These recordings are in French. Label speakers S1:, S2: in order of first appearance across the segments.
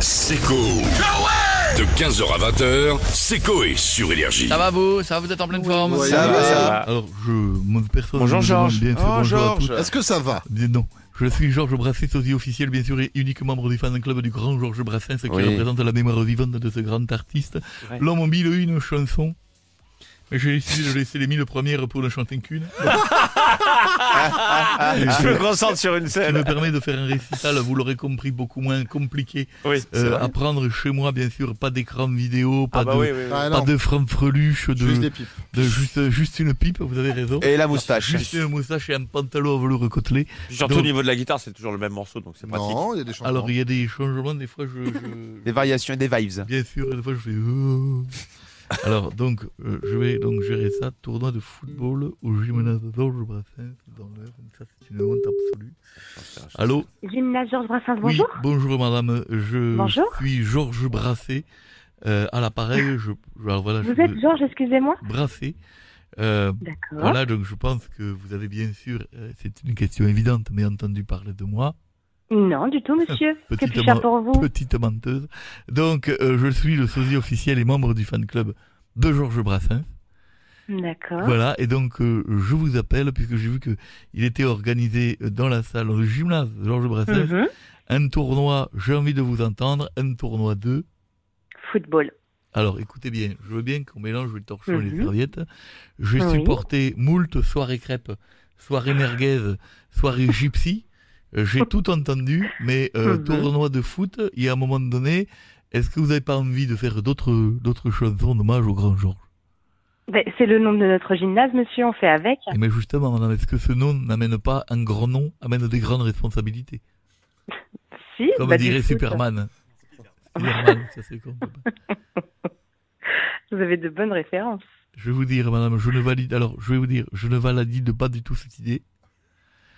S1: Seco. De 15h à 20h, Seco est sur Énergie.
S2: Ça va vous Ça va, vous êtes en pleine forme
S3: ouais, Ça va.
S4: Alors, je, mon personne
S3: Bonjour,
S4: ne me demande
S3: Georges.
S4: bien sûr
S3: Oh,
S4: bonjour à
S3: Georges.
S4: tous.
S3: Est-ce
S5: Est-ce que ça va
S4: Bien, Non, je suis Georges Brassens, sosie officiel bien sûr et unique membre du fan club du grand Georges Brassens qui
S3: Oui.
S4: représente la mémoire vivante de ce grand artiste.
S3: Ouais.
S4: L'homme en mille et une chansons. Mais J'ai décidé de laisser les mille premières pour ne chanter qu'une. Et
S3: Je
S4: je-
S3: me concentre sur une
S4: Ça
S3: scène.
S4: me permet de faire un récital, vous l'aurez compris, beaucoup moins compliqué.
S3: Oui, c'est
S4: Euh,
S3: vrai.
S4: à prendre chez moi, bien sûr, pas d'écran vidéo, pas
S3: Ah bah
S4: de,
S3: oui, oui, oui.
S5: Ah
S4: pas
S5: non,
S4: de franfreluche, de,
S5: juste des pipes.
S4: de juste, juste une pipe, vous avez raison.
S6: Et la moustache.
S4: Juste une moustache et un pantalon à velours côtelé.
S3: Surtout
S4: Donc-
S3: au niveau de la guitare, c'est toujours le même morceau, donc c'est pratique.
S5: Non, il y a des
S6: Oh.
S5: changements.
S4: Alors il y a des changements, des fois je, je-
S6: Des variations et des vibes.
S4: bien sûr, des fois je fais. euh. Alors donc euh, je vais donc gérer ça. Tournoi de football au gymnase Georges Brassens dans l'heure. Ça c'est une honte absolue. Allô.
S7: Gymnase Georges Brassens, bonjour.
S4: Oui, Ah, bonjour madame. Je
S7: Bonjour.
S4: suis Georges Brassé euh, à l'appareil. Je, je- alors, voilà.
S7: Vous
S4: je-
S7: êtes Georges, excusez-moi
S4: Brassé. Euh,
S7: D'accord.
S4: voilà donc je pense que vous avez bien sûr. euh, c'est une question évidente, mais entendu parler de moi.
S7: Non, du tout, monsieur.
S4: Petit
S7: Que puis-je faire pour vous
S4: petite menteuse. Donc, euh, je suis le sosie officiel et membre du fan club de Georges Brassens.
S7: D'accord.
S4: Voilà, et donc euh, je vous appelle puisque j'ai vu que il était organisé euh, dans la salle, dans le gymnase de Georges Brassens,
S7: Mhm.
S4: un tournoi. J'ai envie de vous entendre, un tournoi 2.
S7: Football.
S4: Alors, écoutez bien, je veux bien qu'on mélange le torchon et les
S7: Mhm.
S4: serviettes. J'ai
S7: Oui.
S4: supporté moult soirées crêpes, soirées merguez, soirées gypsy. Euh, J'ai tout entendu, mais euh,
S7: Mhm.
S4: tournoi de foot, il y a un moment donné, est-ce que vous n'avez pas envie de faire d'autres d'autres chansons d'hommage au grand Georges
S7: Ben, c'est le nom de notre gymnase, monsieur, on fait avec.
S4: Eh Mais justement, madame, est-ce que ce nom n'amène pas un grand nom, amène des grandes responsabilités
S7: Si,
S4: Comme
S7: bah, du
S4: dirait
S7: foot.
S4: Superman. Superman, ça c'est con.
S7: Vous avez de bonnes références.
S4: Je vais vous dire, madame, je ne valide, alors je vais vous dire, je ne valide pas du tout cette idée.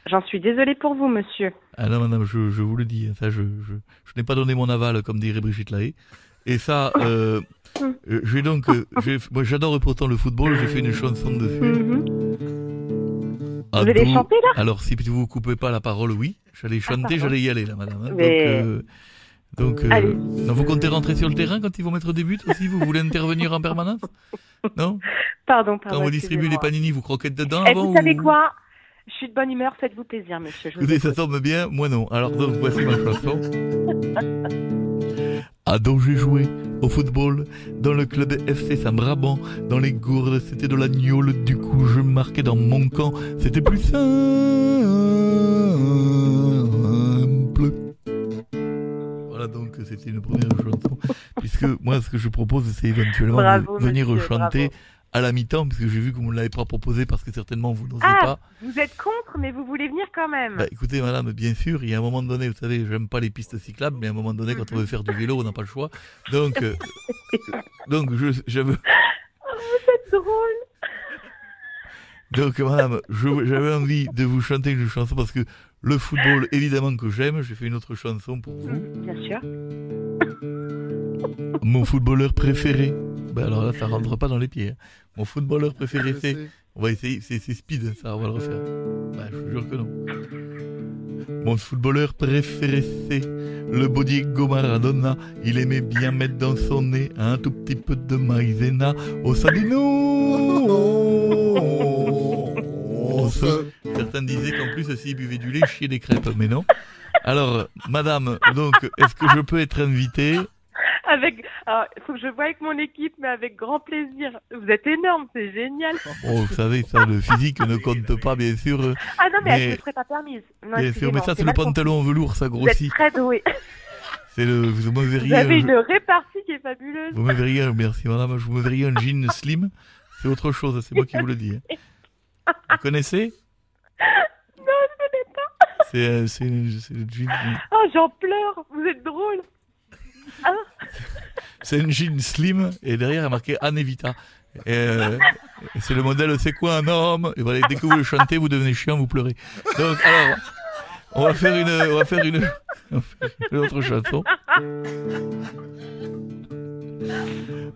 S7: J'en suis désolée pour vous, monsieur.
S4: Ah non, madame, je, je vous le dis, hein, ça, je, je, je n'ai pas donné mon aval, comme dirait Brigitte Lahaye. Et ça, euh, euh, j'ai donc, euh, j'ai- moi, j'adore pourtant le football, j'ai fait une chanson dessus.
S7: Mhm.
S4: Euh, Ah,
S7: Vous allez
S4: donc-
S7: chanter, là
S4: Alors, si vous ne coupez pas la parole, oui, j'allais chanter, j'allais y aller, là, madame. hein. Donc,
S7: Ah, Mais-
S4: euh, donc euh,
S7: Allez.
S4: non, vous comptez rentrer sur le terrain quand ils vont mettre des buts aussi Vous voulez intervenir en permanence Non
S7: Pardon, pardon.
S4: Quand vous distribuez les
S7: excusez-moi.
S4: panini, vous croquettez dedans
S7: Eh,
S4: avant
S7: vous
S4: ou-
S7: savez quoi Je suis de bonne humeur, faites-vous plaisir, monsieur. Je vous
S4: Écoutez, ça
S7: écoute.
S4: tombe bien, moi non. Alors donc, voici ma chanson. À dont j'ai joué au football, dans le club FC Saint-Brabant, dans les gourdes, c'était de la gnôle, du coup je marquais dans mon camp, c'était plus simple. Voilà donc, c'était une première chanson, puisque moi ce que je propose c'est éventuellement de
S7: Bravo,
S4: venir
S7: monsieur,
S4: chanter à la mi-temps, puisque j'ai vu que vous ne l'avez pas proposé parce que certainement vous n'osez
S7: Ah,
S4: pas.
S7: Vous êtes contre, mais vous voulez venir quand même.
S4: Bah, écoutez, madame, bien sûr, il y a un moment donné, vous savez, j'aime pas les pistes cyclables, mais à un moment donné, quand on veut faire du vélo, on n'a pas le choix. Donc, euh, donc, je, je veux-
S7: C'est drôle.
S4: donc, madame, je- j'avais envie de vous chanter une chanson parce que le football, évidemment que j'aime, j'ai fait une autre chanson pour vous.
S7: Bien sûr.
S4: Mon footballeur préféré. Bah, alors là, ça rentre pas dans les pieds. hein. Mon footballeur préféré, c'est. On va essayer, c'est c'est speed, ça, on va le refaire. Bah, je vous jure que non. Mon footballeur préféré, c'est le beau Diego Maradona. Il aimait bien mettre dans son nez un tout petit peu de maïzena. Au
S3: Oh.
S4: salino
S5: On se-
S4: Certains disaient qu'en plus, s'ils buvaient du lait, ils chiaient des crêpes, mais non. Alors, madame, donc, est-ce que je peux être invité
S7: Avec, alors, faut que je vois avec mon équipe, mais avec grand plaisir. Vous êtes énorme, c'est génial.
S4: Bon, Oh, vous savez, ça, le physique ne compte pas, bien sûr.
S7: Ah non, mais,
S4: Mais-
S7: elle ne serait pas permise. Non,
S4: Bien sûr, mais
S7: excusez-moi,
S4: ça, c'est
S7: mal
S4: le
S7: compris.
S4: pantalon en velours, ça
S7: Vous
S4: grossit.
S7: êtes très doué.
S4: C'est le. Vous euh, me
S7: Vous
S4: verriez.
S7: avez
S4: un-
S7: une répartie qui est fabuleuse.
S4: Vous me verriez, un- merci madame, vous me verriez un jean slim. C'est autre chose, c'est moi qui vous le dis. hein. Vous connaissez Non, je connais pas. C'est euh, c'est- c'est le jean.
S7: Oh, j'en pleure. Vous êtes drôle.
S4: C'est un jean slim et derrière il y a marqué Anne Evita. Et, euh, et c'est le modèle C'est quoi un homme Et voilà, dès que vous le chantez, vous devenez chiant, vous pleurez. Donc alors, on va faire une, on va faire une, on va faire une autre chanson.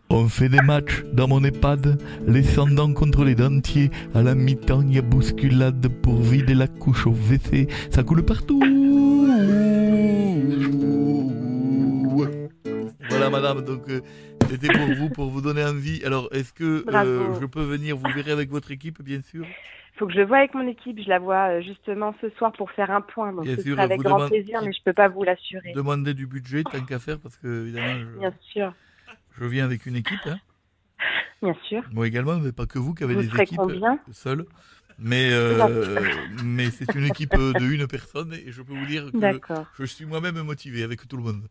S4: On fait des matchs dans mon EHPAD, les sans dents contre les dentiers. À la mi-temps, il y a bousculade pour vider la couche au WC. Ça coule partout. madame. Donc, euh, c'était pour vous, pour vous donner envie. Alors, est-ce que euh,
S7: Bravo.
S4: je peux venir Vous verrez avec votre équipe, bien sûr.
S7: Faut que je vois avec mon équipe. Je la vois euh, justement ce soir pour faire un point. Donc,
S4: Bien
S7: ce
S4: sûr,
S7: sera
S4: elle
S7: avec
S4: vous
S7: grand
S4: demande-
S7: plaisir, mais je peux pas vous l'assurer.
S4: Demandez du budget, tant qu'à faire, parce que, évidemment,
S7: Bien sûr,
S4: je, je viens avec une équipe. hein.
S7: bien sûr.
S4: Moi également, mais pas que vous qui avez
S7: Vous
S4: des
S7: serez
S4: équipes euh,
S7: combien
S4: seules. Mais, euh, mais c'est une équipe euh, de une personne et je peux vous dire que
S7: D'accord.
S4: je suis moi-même motivé avec tout le monde.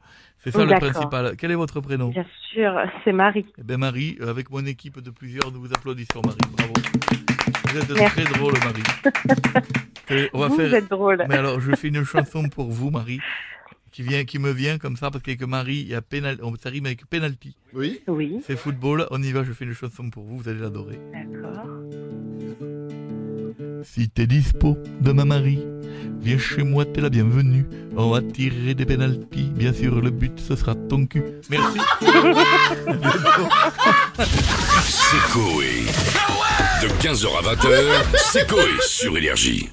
S4: C'est ça le
S7: D'accord.
S4: principal. Quel est votre prénom
S7: Bien sûr, c'est Marie.
S4: Eh bien Marie, euh, avec mon équipe de plusieurs, nous vous applaudissons Marie. Bravo. Vous êtes
S7: Merci.
S4: très drôle Marie. Euh, On va
S7: vous
S4: faire...
S7: êtes drôle.
S4: Mais alors, je fais une chanson pour vous Marie, qui, vient, qui me vient comme ça, parce qu'avec Marie, il y a pénal... on- ça rime avec penalty.
S5: Oui
S7: Oui,
S4: C'est football, on y va, je fais une chanson pour vous, vous allez l'adorer.
S7: d'accord.
S4: Si t'es dispo demain Marie, viens chez moi, t'es la bienvenue. On va tirer des pénalties. Bien sûr, le but, ce sera ton cul. Merci.
S1: C'est Coé. De 15h à 20h, c'est Coé sur Énergie.